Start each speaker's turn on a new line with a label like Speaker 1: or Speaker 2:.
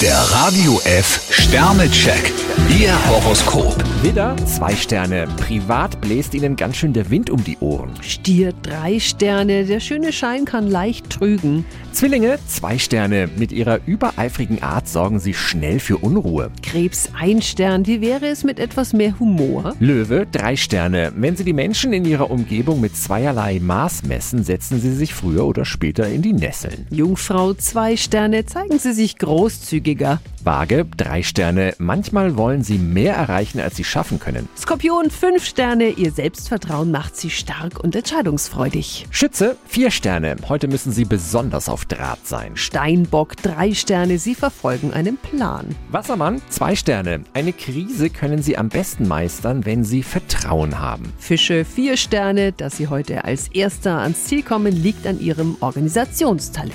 Speaker 1: Der Radio F Sternecheck. Ihr Horoskop.
Speaker 2: Widder, zwei Sterne. Privat bläst Ihnen ganz schön der Wind um die Ohren.
Speaker 3: Stier drei Sterne. Der schöne Schein kann leicht trügen.
Speaker 2: Zwillinge, zwei Sterne. Mit Ihrer übereifrigen Art sorgen Sie schnell für Unruhe.
Speaker 3: Krebs ein Stern. Wie wäre es mit etwas mehr Humor?
Speaker 2: Löwe, drei Sterne. Wenn Sie die Menschen in Ihrer Umgebung mit zweierlei Maß messen, setzen Sie sich früher oder später in die Nesseln.
Speaker 3: Jungfrau zwei Sterne. Zeigen Sie sich großzügiger.
Speaker 2: Waage, drei Sterne. Manchmal wollen Sie mehr erreichen, als Sie schaffen können.
Speaker 3: Skorpion fünf Sterne. Ihr Selbstvertrauen macht Sie stark und entscheidungsfreudig.
Speaker 2: Schütze, vier Sterne. Heute müssen Sie besonders auf Draht sein.
Speaker 3: Steinbock drei Sterne. Sie verfolgen einen Plan.
Speaker 2: Wassermann, zwei Sterne. Eine Krise können Sie am besten meistern, wenn Sie Vertrauen haben.
Speaker 3: Fische vier Sterne. Dass Sie heute als Erster ans Ziel kommen, liegt an Ihrem Organisationstalent.